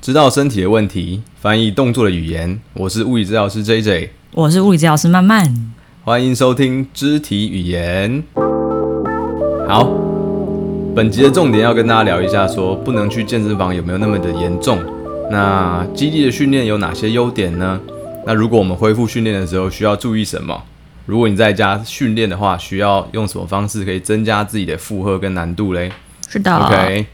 知道身体的问题，翻译动作的语言。我是物理治疗师 J J，我是物理治疗师曼曼。欢迎收听肢体语言。好，本集的重点要跟大家聊一下说，不能去健身房有没有那么的严重？那激励的训练有哪些优点呢？那如果我们恢复训练的时候需要注意什么？如果你在家训练的话，需要用什么方式可以增加自己的负荷跟难度嘞是的？OK，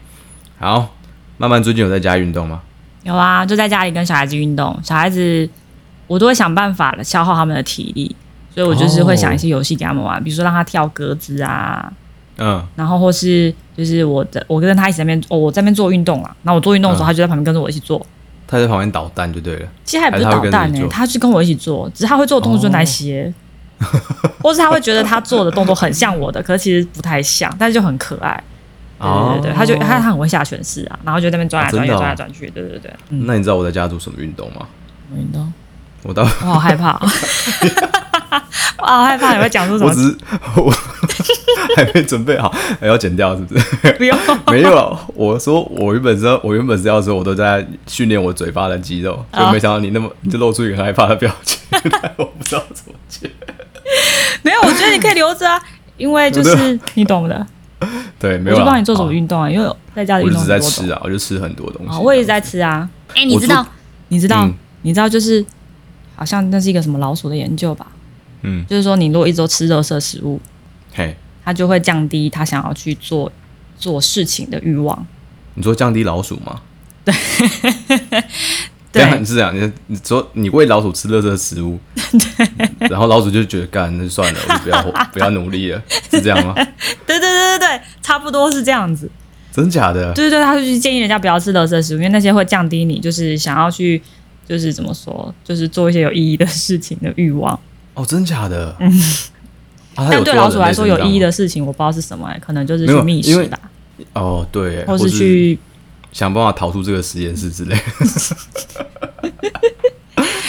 好，曼曼最近有在家运动吗？有啊，就在家里跟小孩子运动，小孩子我都会想办法消耗他们的体力，所以我就是会想一些游戏给他们玩，比如说让他跳格子啊，嗯，然后或是就是我的我跟他一起在那边哦，我在那边做运动啦，那我做运动的时候，他就在旁边跟着我一起做。他在旁边捣蛋就对了。其实他也不是捣还是他会蛋跟着呢、你做他是跟我一起做，只是他会做的动作就那些，或是他会觉得他做的动作很像我的，可是其实不太像，但是就很可爱。对对哦对，他就他他很会下犬式啊，然后就在那边转来哦真转的去，哦转来转去，对对对，嗯，那你知道我在家做什么运动吗？运动，我到我好害怕哦， 我好害怕你会讲出什我么只是 我还没准备好，还要剪掉是不 是？ 不用，没有了，我说我原本是要我原本是要说我都在训练我嘴巴的肌肉，哦就没想到你那么你就露出一个很害怕的表 情，我不知道怎么接。没有，我觉得你可以留着啊，因为就是你懂的，对，没我有就啦。帮你做什么好运动啊，因为在家的我运就动只很在多吃种啊，我就吃很多东西。啊，我也在吃啊，哎，你我知做道你知道嗯你知道就是好像那是一个什么老鼠的研究吧？嗯，就是说，你如果一周吃热色食物，嘿，它就会降低它想要去做做事情的欲望。你说降低老鼠吗？对这样是这样，你你说你喂老鼠吃垃圾食 物，然后老鼠就觉得干，那就算了，我就不要活不要努 力了，是这样吗？对对对对对，差不多是这样子。真假的？对对对，他就是建议人家不要吃垃圾食物，因为那些会降低你就是想要去就是怎么说，就是做一些有意义的事情的欲望。哦，真假 的？啊，它但有对做到老鼠人类来说，身有上意义吗的事情我不知道是什么、欸，可能就是没去有觅因食为吧，哦，对，或是是去想办法逃出这个实验室之类。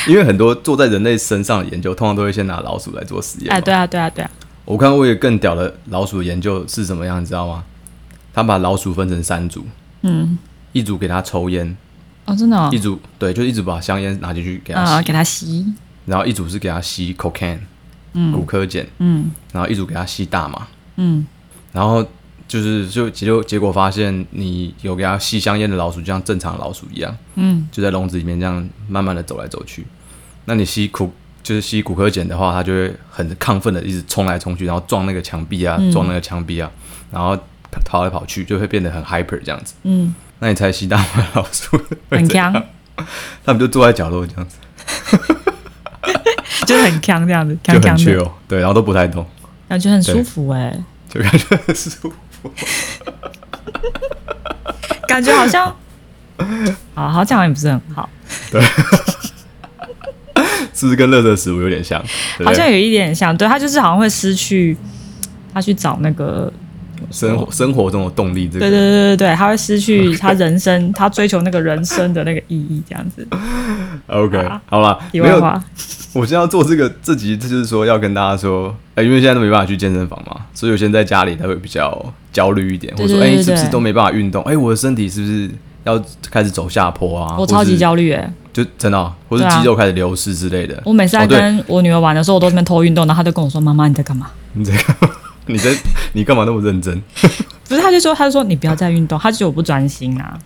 因为很多做在人类身上的研究，通常都会先拿老鼠来做实验嘛。哎，对啊对啊对啊，我看过一个更屌的老鼠研究是什么样，你知道吗？他把老鼠分成三组，嗯，一组给它抽烟，哦真的哦一，组对，就一组把香烟拿进去给它吸，啊给它吸，然 后一组是给它吸 cocaine，骨科碱，嗯然后一组给它吸大麻，嗯，然后就是就结就结果发现，你有给它吸香烟的老鼠，就像正常的老鼠一样，嗯，就在笼子里面这样慢慢的走来走去。那你吸苦就是吸骨科碱的话，它就会很亢奋的一直冲来冲去，然后撞那个墙壁啊，嗯撞那个墙壁啊，然后跑来跑去，就会变得很 hyper 这样子。嗯，那你猜吸大麻老鼠会很怎样强，他们就坐在角落这样子，就是很强这样子，就强很强的缺。哦，对，然后都不太动，感觉很舒对服哎、 就感觉很舒服。感觉好像 啊，好像也不是很好，是不是跟乐色食物有点像？对不对好像有一点像，对他就是好像会失去他去找那个，生活生活中的动力，这个对对对对对，他会失去他人生，他追求那个人生的那个意义，这样子。 OK，、啊好啦，没题外有，话，我现在要做这个这集，这就是说要跟大家说，哎、因为现在都没办法去健身房嘛，所以我现在在家里才会比较焦虑一点，对或者说，对哎、对是对不是对都没办法运动？哎、我的身体是不是要开始走下坡啊？我超级焦虑哎、或是，就真的哦、或是对啊肌肉开始流失之类的。我每次在哦对跟我女儿玩的时候，我都在那边偷运动，然后她就跟我说：“妈妈，你在干嘛你这个， 你在你干嘛那么认真？？”不是，她就说：“她就说你不要再运动，她就觉得我不专心啊。”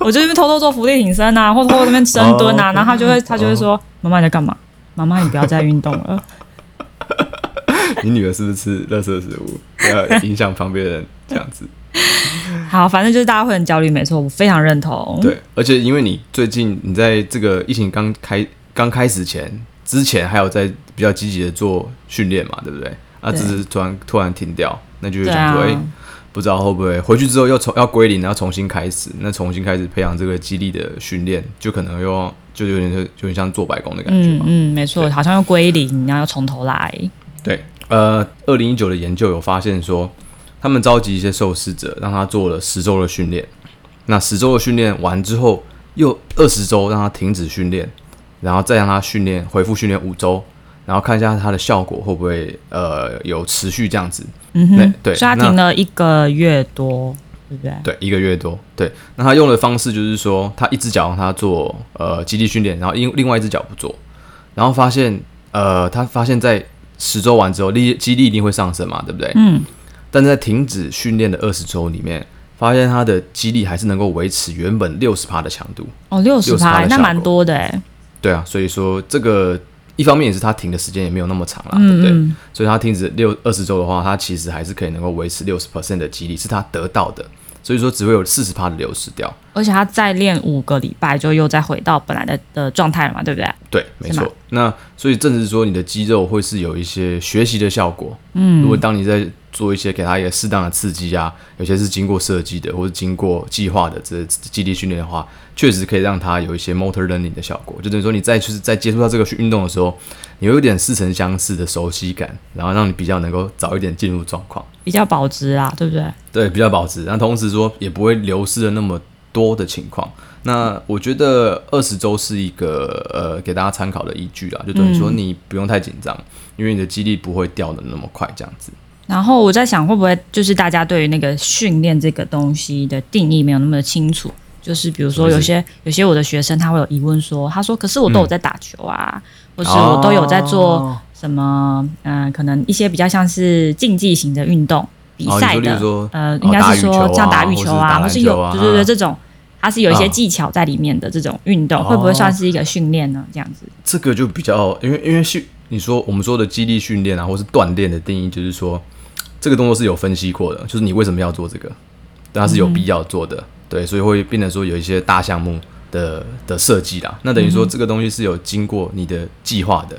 我就在那边偷偷做伏地挺身啊，或偷偷在那边深蹲啊，哦然后她就会她就会说：“妈妈你在干嘛？妈妈你不要再运动了。”你女儿是不是吃垃圾食物，要影响旁边的人这样子？好，反正就是大家会很焦虑，没错，我非常认同。，对，而且因为你最近你在这个疫情刚开刚开始前之前，还有在比较积极的做训练嘛，对不对？啊，对只是突然突然停掉，那就是对想说，啊哎、不知道会不会回去之后又重要归零，然后重新开始，那重新开始培养这个肌力的训练，就可能又就有点就有点像做白工的感觉嗯嘛。嗯，没错，好像要归零，然后要从头来。对，呃，二零一九的研究有发现说，他们召集一些受试者，让他做了十周的训练。那十周的训练完之后，又二十周让他停止训练，然后再让他训练恢复训练五周，然后看一下他的效果会不会呃有持续这样子。嗯哼对，对所以他那停了一个月多，对不对？对，一个月多。对，那他用的方式就是说，他一只脚让他做呃基地训练，然后另另外一只脚不做，然后发现呃，他发现在十周完之后，力肌力一定会上升嘛，对不对？嗯，但是在停止训练的二十周里面，发现他的肌力还是能够维持原本六十帕的强度。哦，六十60%趴的，那效蛮果多的哎。对啊，所以说这个一方面也是他停的时间也没有那么长啦，对嗯不对？嗯，所以他停止六二十周的话，他其实还是可以能够维持六十 percent 的肌力，是他得到的。所以说只会有四十趴的流失掉。而且他再练五个礼拜，就又再回到本来的的状态了嘛，对不对？对，没是吗错。那所以正是说，你的肌肉会是有一些学习的效果。嗯，如果当你在做一些给它一个适当的刺激啊，有些是经过设计的，或是经过计划的这肌力训练的话，确实可以让它有一些 motor learning 的效果。就等于说，你再就是在接触到这个运动的时候，你有一点似曾相识的熟悉感，然后让你比较能够早一点进入状况，比较保值啦，对不对？对，比较保值。那同时说，也不会流失的那么多的情况。那我觉得二十周是一个呃给大家参考的依据啦，就等于嗯说你不用太紧张，因为你的肌力不会掉的那么快，这样子。然后我在想，会不会就是大家对于那个训练这个东西的定义没有那么的清楚？就是比如说，什有么意思些有些我的学生他会有疑问说，他说：“可是我都有在打球啊，或是我都有在做哦什么？嗯、可能一些比较像是竞技型的运动比哦赛你说例的，如说呃哦，应该是打说羽球啊像打羽球啊，或或是是打篮球有啊对对啊对这种，它是有一些啊哦技巧在里面的这种运动，会不会算是一个训练呢？这样子？这个就比较，因为因为训你说我们说的肌力训练啊，或是锻炼的定义，就是说这个动作是有分析过的，就是你为什么要做这个，对它是有必要做的，对，所以会变成说有一些大项目的的设计啦。那等于说这个东西是有经过你的计划的，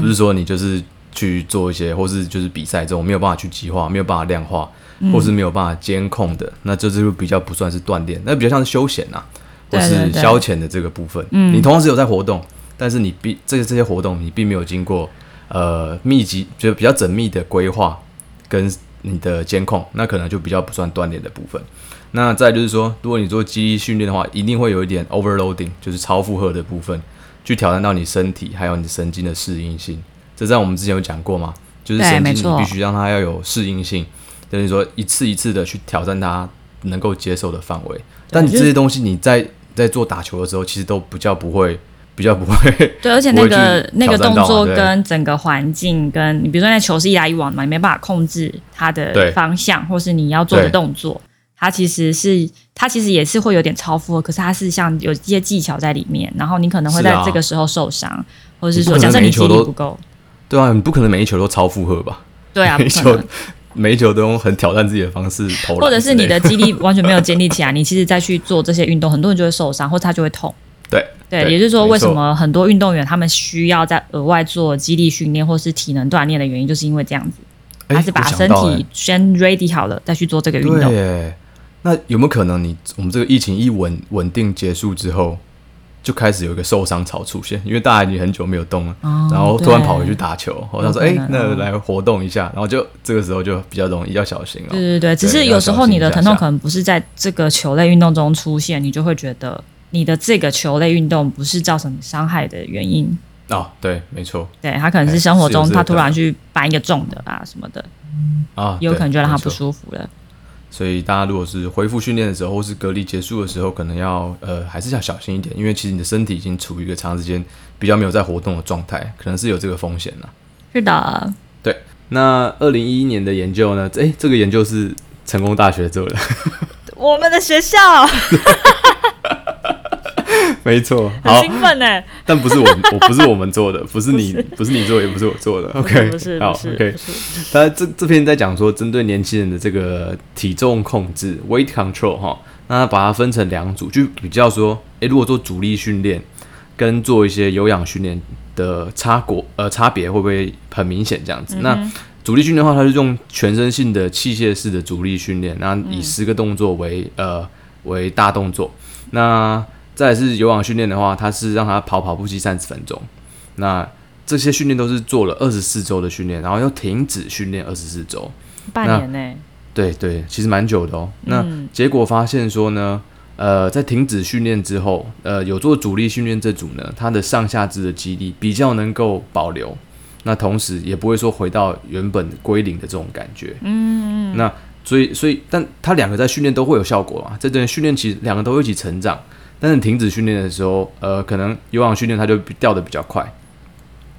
不是说你就是去做一些，或是就是比赛这种没有办法去计划、没有办法量化，或是没有办法监控的，那这就比较不算是锻炼，那比较像是休闲啊呐、或对对是对嗯消遣的这个部分。你同时有在活动，但是你并这这些活动你并没有经过呃密集，就比较缜密的规划跟你的监控，那可能就比较不算锻炼的部分。那再就是说，如果你做肌力训练的话，一定会有一点 overloading，就是超负荷的部分，去挑战到你身体还有你神经的适应性。这在我们之前有讲过嘛，就是对神没经你错必须让它要有适应性，等于说一次一次的去挑战它能够接受的范围。但你就这是些东西你在在做打球的时候，其实都比较不会， 比较不会 对，而且不那会个去那个挑战到动嘛啊作对跟整个环境，跟你比如说那球是一来一往嘛，你没办法控制它对的方向，或是你要做的对动作，它其实是它其实也是会有点超负荷，可是它是像有一些技巧在里面，然后你可能会是在啊这个时候受伤，或者是你不说可能假设每你一球体力都不够，对啊，你不可能每一球都超负荷吧？对啊，每一不可球能。每一球都用很挑战自己的方式投篮之类的，或者是你的肌力完全没有建立起来，你其实再去做这些运动，很多人就会受伤，或者他就会痛。对对，也就是说，没为什错么很多运动员他们需要在额外做肌力训练或是体能锻炼的原因，就是因为这样子，哎他是把我想身到体先 ready 好了，再去做这个运对动。耶，那有没有可能你我们这个疫情一稳稳定结束之后，就开始有一个受伤潮出现？因为大家已经很久没有动了，哦然后突然对跑回去打球，我想说，有哎、可能那哦来活动一下，然后就这个时候就比较容易要小心哦。对对对，只对是要有时小候心你一的下啊疼痛下可能不是在这个球类运动中出现，你就会觉得你的这个球类运动不是造成伤害的原因。哦，对，没错对他可能是哎生活是有中这个他可突然去搬一个重的啊什么的，啊，有可能就对让他没不错舒服了。所以大家如果是恢复训练的时候，或是隔离结束的时候，可能要呃还是要小心一点，因为其实你的身体已经处于一个长时间比较没有在活动的状态，可能是有这个风险啦。是的，对，那二零一一年的研究呢？诶，这个研究是成功大学做 的，我们的学校没错。很好，兴奋呢。但不是我，我不是我们做的，不是 你，不是你做的，也不是我做的。OK，不是好不是，OK 不。是，他这这篇在讲说，针对年轻人的这个体重控制 （weight control） 哈，那把它分成两组，就比较说，诶、如果做阻力训练跟做一些有氧训练的差果呃差别会不会很明显？这样子，那阻力训练的话，它是用全身性的器械式的阻力训练，那以十个动作为呃为大动作，那再来是有氧训练的话，它是让他跑跑步机三十分钟。那这些训练都是做了二十四周的训练，然后又停止训练二十四周。半那年欸呢？对对，其实蛮久的哦。那结果发现说呢，呃，在停止训练之后，呃，有做主力训练这组呢，它的上下肢的肌力比较能够保留，那同时也不会说回到原本归零的这种感觉。嗯，那所以所以，但他两个在训练都会有效果嘛，在这训练期两个都会一起成长，但是你停止训练的时候，呃，可能有氧训练它就掉的比较快，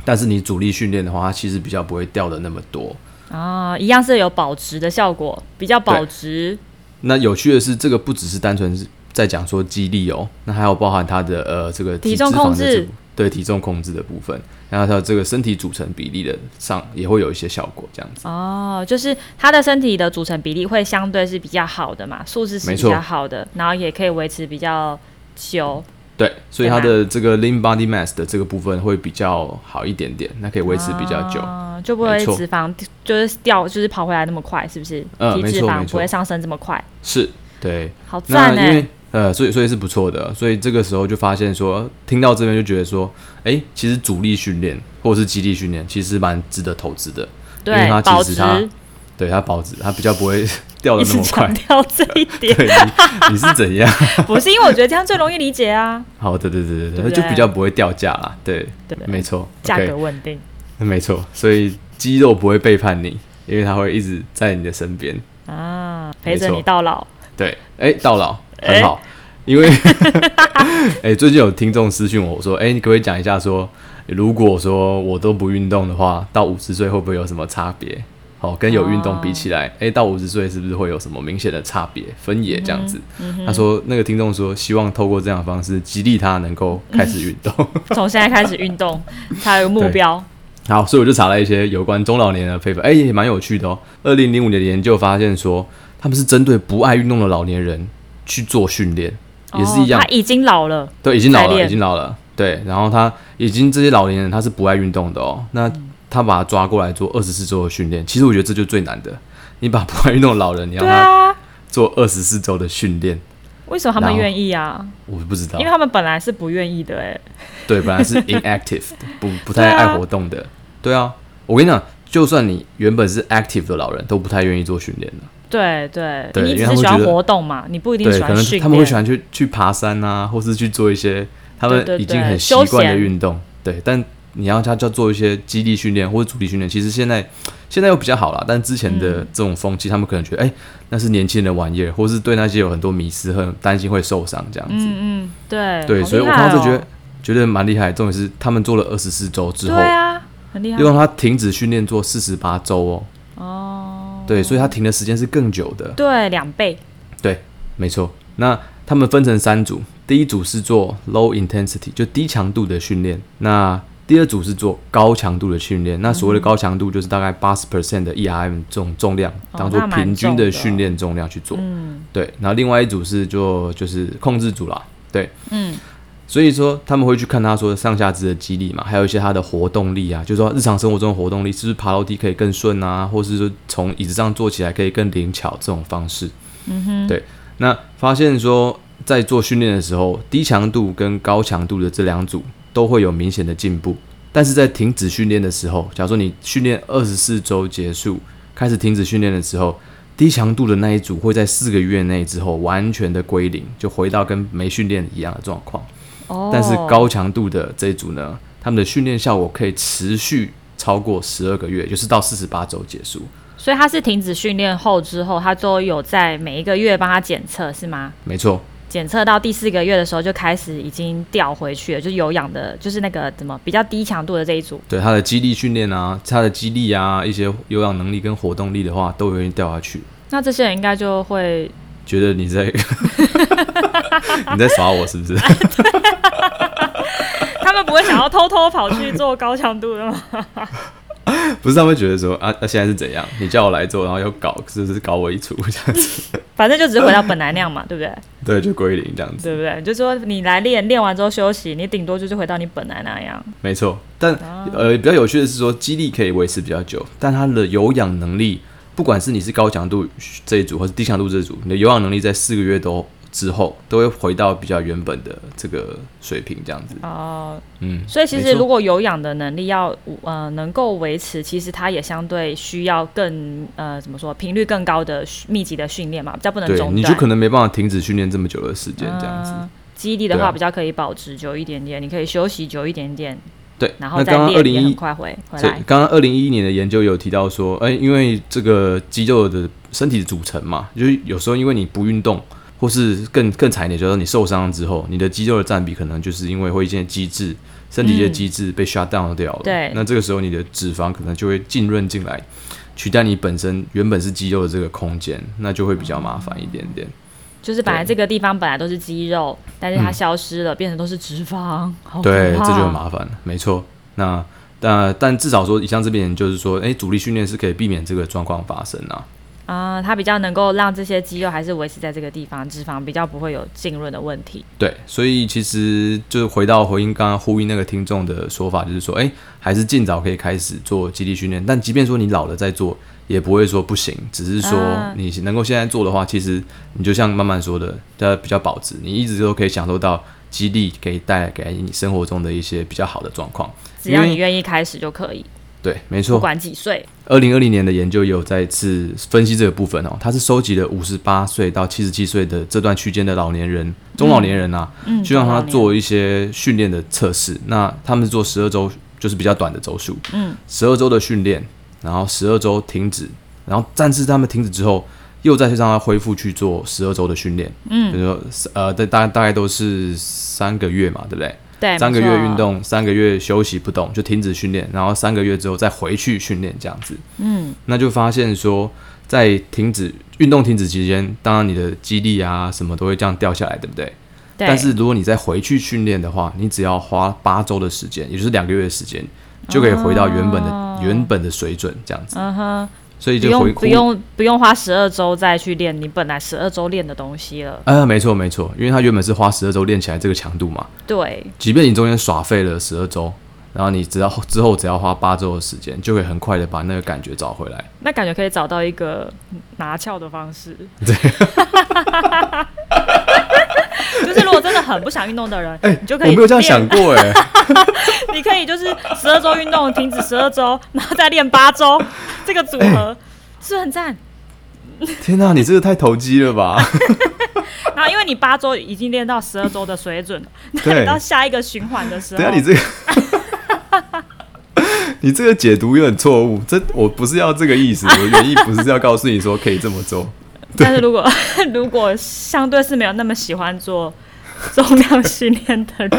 但是你主力训练的话，它其实比较不会掉的那么多。啊，一样是有保值的效果，比较保对值。那有趣的是，这个不只是单纯是在讲说肌力哦，那还有包含它的呃这个体体重脂肪控的这制部，对体重控制的部分，然后它这个身体组成比例的上也会有一些效果，这样子。哦，就是他的身体的组成比例会相对是比较好的嘛，素质是没比错较好的，然后也可以维持比较久，对，所以对吧它的这个 lean body mass 的这个部分会比较好一点点，那可以维持比较久。啊就不没会错脂肪就是掉，就是跑回来那么快，是不是？嗯体没脂错肪没不会错上升这么快，是，对。好赞那因哎为！呃，所以所以是不错的，所以这个时候就发现说，听到这边就觉得说，哎、其实主力训练或者是肌力训练其实蛮值得投资的，因为对它，保其值实它对它保值，它比较不会 掉的一那直么快强。调这一 对点，你，你是怎样？ 不是因为我觉得这样最容易理解啊，好，对对对对对不对，对就比较不会掉价啦。对，对不对？没错，价 OK 格稳定没错，所以肌肉不会背叛你，因为它会一直在你的身边。啊，陪没着错你到老。对，哎、到老哎很好，因为 哎、最近有听众私讯我，我说，哎、你可不可以讲一下说，如果说我都不运动的话，到五十岁会不会有什么差别？好、跟有运动比起来，哎、到五十岁是不是会有什么明显的差别分野这样子？他说，那个听众说，希望透过这样的方式激励他能够开始运动。 从现在开始运动，它有个目对标。好，所以我就查了一些有关中老年人的 paper，哎、也蛮有趣的哦。二零零五年的研究发现说，他们是针对不爱运动的老年人去做训练，也是一样哦、他，已经老了，对，已经老在了，练已经老了，对。然后他已经这些老年人他是不爱运动的哦，那他把他抓过来做二十四周的训练，其实我觉得这就最难的，你把不爱运动的老人，你让对他啊，做二十四周的训练，为什么他然们后愿意啊？我不知道因为，他们本来是不愿意的、欸，对，本来是 inactive 不不对太啊爱活动的，对啊，我跟你讲，就算你原本是 active 的老人，都不太愿意做训练的。对对，对你只因为他是们喜觉欢得活动嘛，你不一定对，喜可欢能训他们会喜练。欢去去爬山啊，或是去做一些他对们对已经对很习休惯的闲运动。对，但你要他叫做一些肌力训练或者主力训练，其实现在现在又比较好啦，但之前嗯的这种风气，他们可能觉得哎、那是年轻人的玩意儿，或是对那些有很多迷失，很担心会受伤这样子。嗯嗯，对对，好所以厉我看害到这觉哦得觉得蛮厉害。重点是他们做了二十四周之后，对啊，很厉害又让他停止训练做四十八周哦。哦。对，所以他停的时间是更久的。对，两倍对，没错。那他们分成三组，第一组是做 low intensity，就低强度的训练；那第二组是做高强度的训练。那所嗯谓的高强度，就是大概八十 percent 的 ERM 这种重量，哦当做那蛮平均重的嗯的训练重量去做。对。然后另外一组是做就是控制组啦，对，嗯。所以说他们会去看他说上下肢的肌力嘛，还有一些他的活动力啊，就是说日常生活中的活动力是不是爬楼梯可以更顺啊，或是说从椅子上坐起来可以更灵巧这种方式。对，那发现说在做训练的时候，低强度跟高强度的这两组都会有明显的进步，但是在停止训练的时候，假如说你训练二十四周结束，开始停止训练的时候，低强度的那一组会在四个月内之后完全的归零，就回到跟没训练一样的状况。哦。但是高强度的这一组呢，他们的训练效果可以持续超过十二个月，就是到四十八周结束。所以他是停止训练后之后，他都有在每一个月帮他检测，是吗？没错，检测到第四个月的时候就开始已经掉回去了，就是有氧的，就是那个怎么比较低强度的这一组。对他的肌力训练啊，他的肌力啊，一些有氧能力跟活动力的话，都容易掉下去。那这些人应该就会觉得你在 你在耍我是不是？ 他们不会想要偷偷跑去做高强度的吗？不是他们会觉得说啊，那、现在是怎样？你叫我来做，然后又搞，是不是搞我一出这样子？ 反正就只是回到本来那样嘛，对不对？对，就归零这样子，对不对？就说你来练，练完之后休息，你顶多就是回到你本来那样。没错。但呃，比较有趣的是说，肌力可以维持比较久，但它的有氧能力，不管是你是高强度这一组，或是低强度这一组，你的有氧能力在四个月都之后，都会回到比较原本的这个水平这样子。哦、嗯，所以其没实错如果有氧的能力要呃能够维持，其实它也相对需要更呃怎么说频率更高的密集的训练嘛，比较不能对，中断。你就可能没办法停止训练这么久的时间这样子。嗯肌力的对啊话，比较可以保持久一点点，你可以休息久一点点，对，然后那再刚刚二练也零一很快回回所以来。刚刚二零一一年的研究有提到说，哎、因为这个肌肉的身体的组成嘛，就是有时候因为你不运动，或是更更惨一点，就是你受伤之后，你的肌肉的占比可能就是因为会一些机制，身体的机制被 shut down 掉了，对那这个时候你的脂肪可能就会浸润进来，取代你本身原本是肌肉的这个空间，那就会比较麻烦一点点。就是本来对这个地方本来都是肌肉，但是它消失了，变成都是脂肪，好对这可，怕就很麻烦了，没错。那但但至少说，以上这边就是说，哎、阻力训练是可以避免这个状况发生啊。啊、它比较能够让这些肌肉还是维持在这个地方，脂肪比较不会有浸润的问题。对，所以其实就是回到回应刚刚呼应那个听众的说法，就是说，哎、还是尽早可以开始做肌力训练。但即便说你老了再做，也不会说不行，只是说啊你能够现在做的话，其实你就像慢慢说的，它比较保值，你一直都可以享受到肌力可以带来给你生活中的一些比较好的状况。只要因你为哦愿意开始就可以，对，没不错。管几岁。二零二零年的研究也有再次分析这个部分哦，它是收集了五十八岁到七十七岁的这段区间的老年人、中老年人啊，嗯，就让他懂了做一些训练的测试。那他们是做十二周，就是比较短的周数，嗯，十二周的训练，然后十二周停止，然后但是他们停止之后，又再去让他恢复去做十二周的训练，嗯比如说呃，大大大概都是三个月嘛，对不对？对三个哎没错啊月运动，三个月休息不动就停止训练，然后三个月之后再回去训练这样子。嗯，那就发现说，在停止运动停止期间，当然你的肌力啊什么都会这样掉下来，对不对？对，但是如果你再回去训练的话，你只要花八周的时间，也就是两个月的时间，就可以回到原本的、哦原本的水准这样子。嗯哼，所以不就回用不用不用花十二周再去练你本来十二周练的东西了。啊、没错没错，因为他原本是花十二周练起来这个强度嘛，对，即便你中间耍废了十二周，然后你只要之后只要花八周的时间，就可以很快的把那个感觉找回来。那感觉可以找到一个拿翘的方式。对， 就是如果真的很不想运动 的人，你就可以哎我没有这样练想，过哎、你可以就是十二周运动，停止十二周，然后再练八周，这个组 合。是不是很赞， 天哪、你这个太投机了 吧？然后因为你八周已经练到十二周的水准了，对，到下一个循环的时候，等一下你这个，你这个解读有点错误。这我不是要这个意思，我原意不是要告诉你说可以这么做。但是如果 如果相对是没有那么喜欢做 重量训练的人，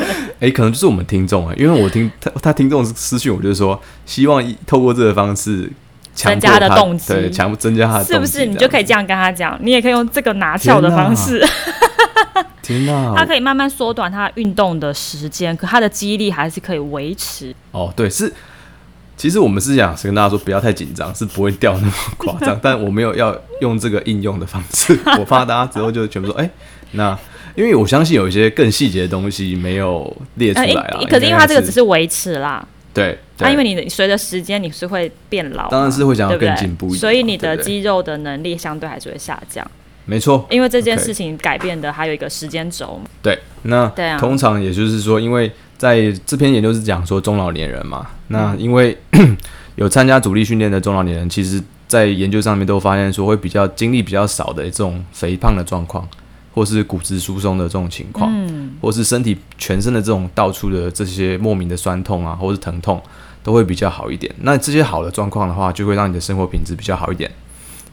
哎、可能就是我们听众哎、因为我听他他听众私讯我，就是说希望一透过这个方式强迫增加他他的动机对，强增加他的动机，是不是你就可以这这样跟他讲？你也可以用这个拿翘的方式，样？天哪、他可以慢慢缩短他运动的时间，可他的肌力还是可以维持。哦，对，是。其实我们是想跟大家说，不要太紧张，是不会掉那么夸张。 但我没有要用这个应用的方式，我怕大家之后就全部说，哎、那因为我相信有一些更细节的东西没有列出来因啦。呃可是因为他这个只应该是维持啦，对，那、对因为你的随着时间你是会变老嘛，当然是会想要对不对更进步一点嘛所以你对的不对肌肉的能力相对还是会下降，没错，因为这件 OK 事情改变的还有一个时间轴嘛。对，那对啊通常也就是说，因为在这篇研究是讲说中老年人嘛，那嗯因为 有参加主力训练的中老年人，其实在研究上面都发现说会比较精力比较少的这种肥胖的状况，或是骨质疏松的这种情况，嗯，或是身体全身的这种到处的这些莫名的酸痛啊，或是疼痛，都会比较好一点。那这些好的状况的话，就会让你的生活品质比较好一点，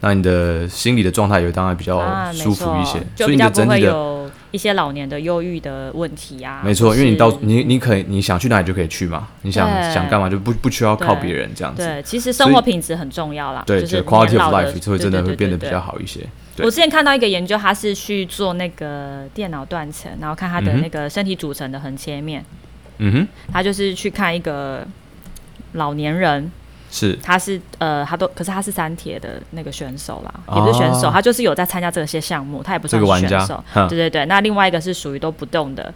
那你的心理的状态也当然比较啊，没哦舒服错一些，就所以比你较的不整体会的有一些老年的忧郁的问题啊。没错，因为你或到嗯是你你可以你想去哪里就可以去嘛，你想对想干嘛就不不需要靠对别人这样子。对，其实生活品质很重要啦，对，就觉是得 quality 年 of 老 life 就会真的对会对对变得对比对较好一些。对我之前看到一个研究，他是去做那个电脑断层，然后看他的那个身体组成的横切面，嗯哼，他就是去看一个老年人，是他是呃，他都可是他是三铁的那个选手啦，哦也不是选手，他就是有在参加这些项目，他也不这算个玩是选家手。哼对对对，那另外一个是属于都不动的，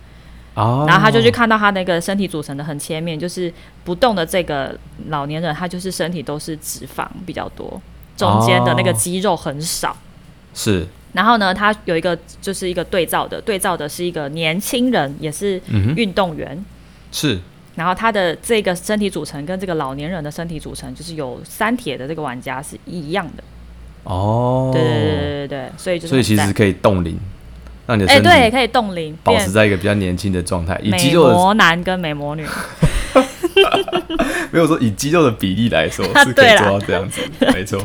哦，然后他就去看到他那个身体组成的横切面，就是不动的这个老年人，他就是身体都是脂肪比较多，中间的那个哦肌肉很少。是然后呢，他有一个就是一个对照的，对照的是一个年轻人，也是嗯哼运动员。是然后他的这个身体组成跟这个老年人的身体组成，就是有三铁的这个玩家是一样的。哦，对对对对对对，所以就是所以其很实赞可以冻龄，让你的哎、身对，体可以冻龄，保变持在一个比较年轻的状态，以肌美肉的魔男跟美魔女。没有说以肌肉的比例来说是可对 以啦做到这样子，没错。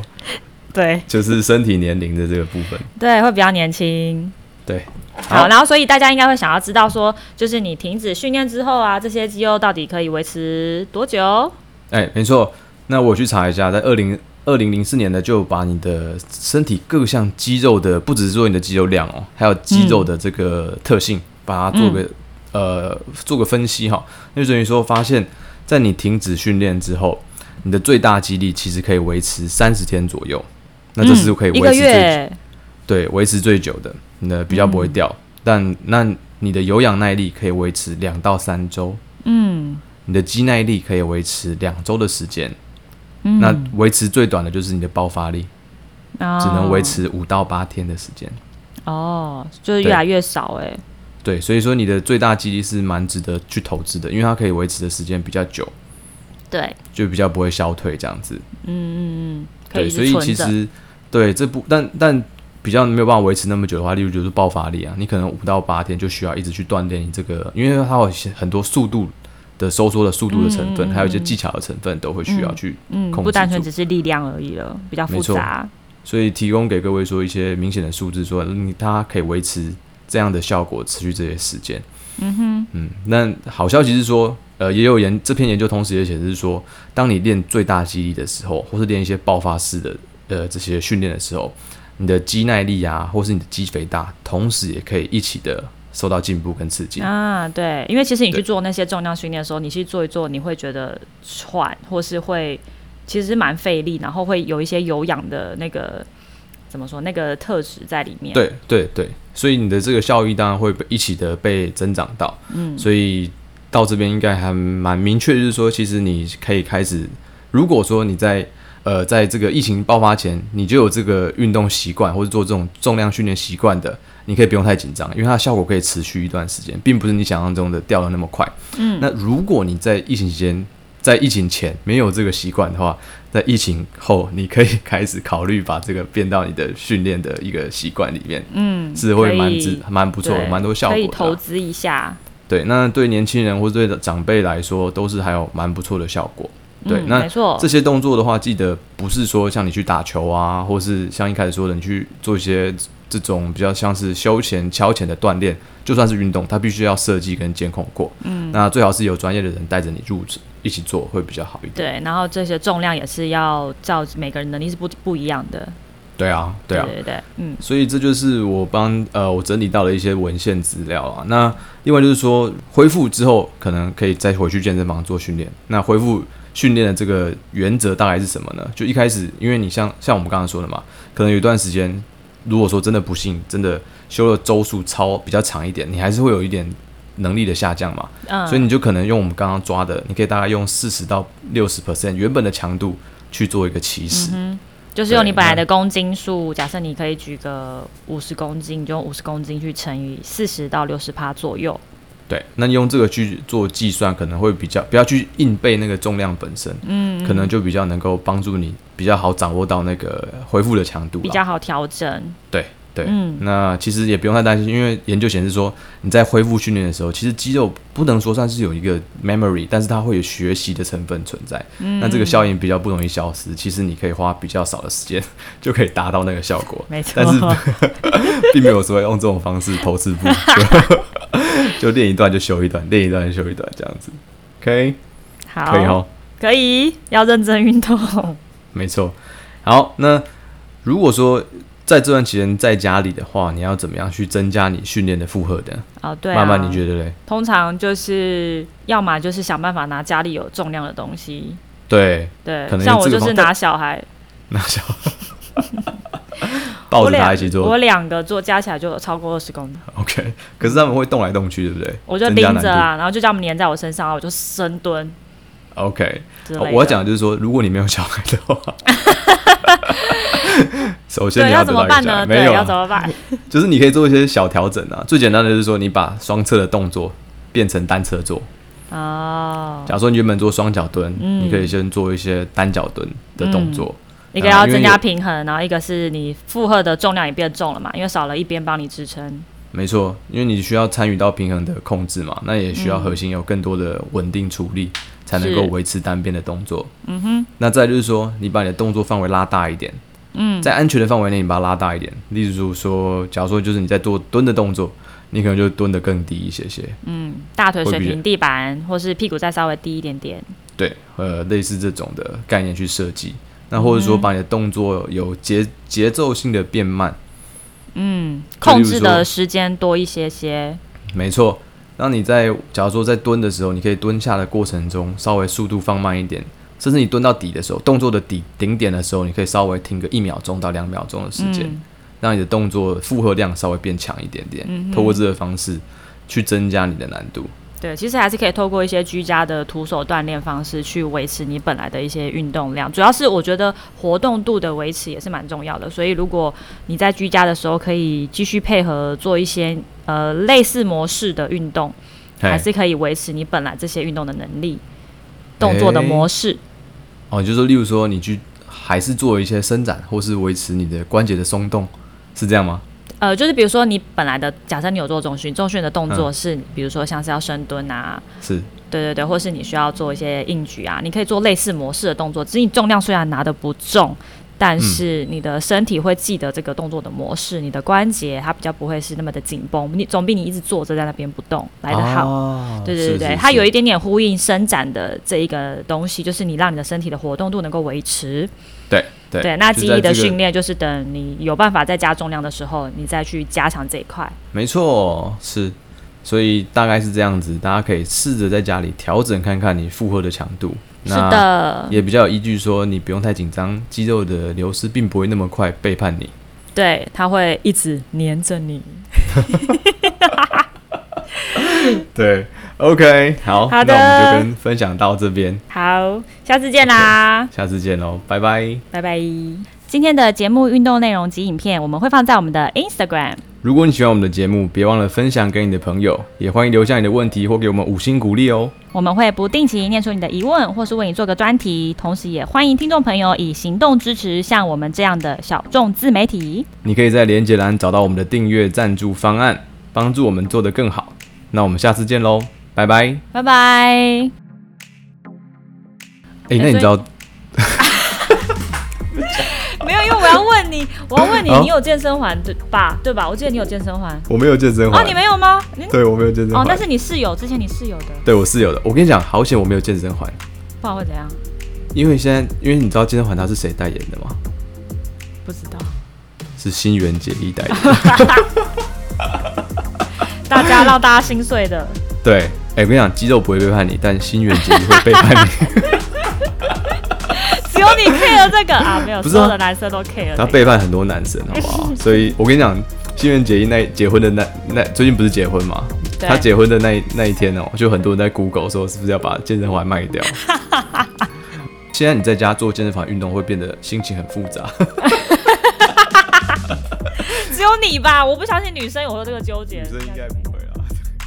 对就是身体年龄的这个部分。对，会比较年轻。对，好，然后所以大家应该会想要知道说，就是你停止训练之后啊，这些肌肉到底可以维持多久？哎、没错。那我去查一下，在二零二零零四年呢，就把你的身体各项肌肉的，不只是说你的肌肉量哦，还有肌肉的这个特嗯性，把它做个、呃做个分析哈。那就等于说，发现，在你停止训练之后，你的最大肌力其实可以维持三十天左右。那这是可以嗯一维个持最、月。对维持最久的，你的比较不会掉。嗯但那你的有氧耐力可以维持两到三周。嗯你的肌耐力可以维持两周的时间。嗯那维持最短的就是你的爆发力，哦只能维持五到八天的时间。哦，就是越来越少哎、对，所以说你的最大肌力是蛮值得去投资的，因为它可以维持的时间比较久，对，就比较不会消退这样子。嗯嗯嗯，可对，以一所直以存其着。实对这不，但但比较没有办法维持那么久的话，例如就是爆发力啊，你可能五到八天就需要一直去锻炼你这个，因为它有很多速度的收缩的速度的成分，还有一些技巧的成分都会需要去嗯，控制不单纯住只是力量而已了，比较复没错杂。所以提供给各位说一些明显的数字说，你它可以维持这样的效果，持续这些时间。嗯哼，嗯，那好消息是说，呃，也有研这篇研究同时也显示说，当你练最大肌力的时候，或是练一些爆发式的呃这些训练的时候，你的肌耐力啊，或是你的肌肥大，同时也可以一起的受到进步跟刺激。啊，对，因为其实你去对做那些重量训练的时候，你去做一做，你会觉得喘，或是会其实蛮费力，然后会有一些有氧的那个怎么说那个特质在里面。，对对对，所以你的这个效益当然会被一起的被增长到。嗯，所以到这边应该还蛮明确，就是说，其实你可以开始，如果说你在呃在这个疫情爆发前，你就有这个运动习惯或者做这种重量训练习惯的。你可以不用太紧张，因为它的效果可以持续一段时间，并不是你想象中的掉的那么快。嗯，那如果你在疫情期间，在疫情前没有这个习惯的话，在疫情后，你可以开始考虑把这个变到你的训练的一个习惯里面。嗯，是会可以蛮值蛮不错对蛮多效可以果的啊投资一下。对，那对年轻人或者对长辈来说，都是还有蛮不错的效果。对，嗯那没错这些动作的话，记得不是说像你去打球啊，或是像一开始说的，你去做一些这种比较像是休闲、消遣的锻炼，就算是运动，它必须要设计跟监控过。嗯，那最好是有专业的人带着你入职一起做，会比较好一点。对，然后这些重量也是要照每个人能力是不不一样的。对啊，对啊，对对对，嗯所以这就是我帮呃我整理到的一些文献资料啊。那另外就是说，恢复之后可能可以再回去健身房做训练。那恢复训练的这个原则大概是什么呢？就一开始，因为你像像我们刚刚说的嘛，可能有一段时间，如果说真的不幸真的休了周数超比较长一点，你还是会有一点能力的下降嘛。嗯，所以你就可能用我们刚刚抓的，你可以大概用四十到六十 percent 原本的强度去做一个起始。就是用对你本来那的公斤数，假设你可以举个五十公斤，你就用五十公斤去乘以四十到六十趴左右。对，那你用这个去做计算，可能会比较不要去硬背那个重量本身，嗯，可能就比较能够帮助你比较好掌握到那个恢复的强度啦。比较好调整。对对，嗯那其实也不用太担心，因为研究显示说，你在恢复训练的时候，其实肌肉不能说算是有一个 memory，但是它会有学习的成分存在，嗯、那这个效应比较不容易消失。其实你可以花比较少的时间就可以达到那个效果， 没错但是 并没有说用这种方式偷吃步， 就就练一段就休一段，练一段就休一段这样子，OK，好，可以哦。可以要认真 运动。没错。好，那如果说在这段期间在家里的话，你要怎么样去增加你训练的负荷的？哦，对、啊，慢慢你觉得嘞？通常就是要么就是想办法拿家里有重量的东西，对，对可，能像用我这个就是方法拿小孩，那 小抱我着两他一起我做两个做加起来就超过二十公斤， ，OK。可是他们会动来动去，对不对？我就增拎加难着度。啊，然后就叫他们粘在我身上，然后我就深蹲 OK，之类哦的。我要讲的就是说，如果你没有小孩的 话，首先对你要得怎么到一个办小孩呢？没对，有要啊怎么 办？就是你可以做一些小调整啊。最简单的就是说，你把双侧的动作变成单侧做，哦，假如说你原本做双脚蹲，你可以先做一些单脚蹲的动作。一个要因为增加有平衡，然后一个是你负荷的重量也变重了嘛，因为少了一边帮你支撑。没错，因为你需要参与到平衡的控制嘛，那也需要核心有更多的稳定处理，才能够是维持单边的动作。嗯哼。那再就是说，你把你的动作范围拉大一点，嗯，在安全的范围内，你把它拉大一点。例如说，假如说就是你在做蹲的动作，你可能就蹲得更低一些些。嗯，大腿水平地板，或是屁股再稍微低一点点。对，呃，类似这种的概念去设计。那或者说把你的动作有节节奏性的变慢，嗯，就例控如制说的时间多一些些。没错。当你在假如说在蹲的时候，你可以蹲下的过程中稍微速度放慢一点，甚至你蹲到底的时候，动作的底顶点的时候，你可以稍微停个一秒钟到两秒钟的时间，嗯让你的动作负荷量稍微变强一点点。嗯透过这个方式去增加你的难度。对，其实还是可以透过一些居家的徒手锻炼方式去维持你本来的一些运动量，主要是我觉得活动度的维持也是蛮重要的。所以如果你在居家的时候可以继续配合做一些呃类似模式的运动，嘿还是可以维持你本来这些运动的能力、动作的哎模式。哦，就是说例如说你去还是做一些伸展，或是维持你的关节的松动，是这样吗？呃，就是比如说你本来的，假设你有做重训，重训的动作是，比如说像是要深蹲啊，是。对对对，或是你需要做一些硬举啊，你可以做类似模式的动作，只是你重量虽然拿的不重，但是你的身体会记得这个动作的模式，你的关节它比较不会是那么的紧绷，你总比你一直坐着在那边不动来的好。哦对对对是对，是它是有一点点呼应伸展的这一个东西，就是你让你的身体的活动度能够维持。对对对，那就记在忆的这个训练就是等你有办法再加重量的时候，你再去加强这一块。没错，是，所以大概是这样子，大家可以试着在家里调整看看你负荷的强度。是，的，也比较有依据说你不用太紧张，肌肉的流失并不会那么快背叛你。对，它会一直黏着你。对，OK，好，好的那我们就跟分享到这边，好，下次见啦下次见喽，拜拜。拜拜。今天的节目运动内容及影片，我们会放在我们的 Instagram。如果你喜欢我们的节目，别忘了分享给你的朋友，也欢迎留下你的问题或给我们五星鼓励哦。我们会不定期念出你的疑问，或是为你做个专题，同时也欢迎听众朋友以行动支持像我们这样的小众自媒体。你可以在连接栏找到我们的订阅赞助方案，帮助我们做得更好。那我们下次见喽，拜拜。拜拜。哎、哎那你所以知道没有，因为我要问你，我要问 你，好你有健身环对吧？对吧？我记得你有健身环我没有健身哦，环，你没有吗？你对我没有健身环，哦，那是你室友之前你室友的，对我室友的。我跟你讲，好险我没有健身环，不然会怎样？因为现在因为你知道健身环它是谁代言的吗？不知 道。是新垣结衣代言。 大家让大家心碎的，对，哎、我跟你讲，肌肉不会背叛你，但新垣结衣会背叛 你。只有你 care 这个啊，没有，不是啊所有的男生都 care 这他个。背叛很多男生，好不哎好？所以我跟你讲，新垣结衣那结婚的那那最近不是结婚吗？对他结婚的那那一天哦，就很多人在 Google 说是不是要把健身环卖 掉。现在你在家做健身房运动会变得心情很复 杂。只有你吧？我不相信女生有这个纠结。女生应该不会啊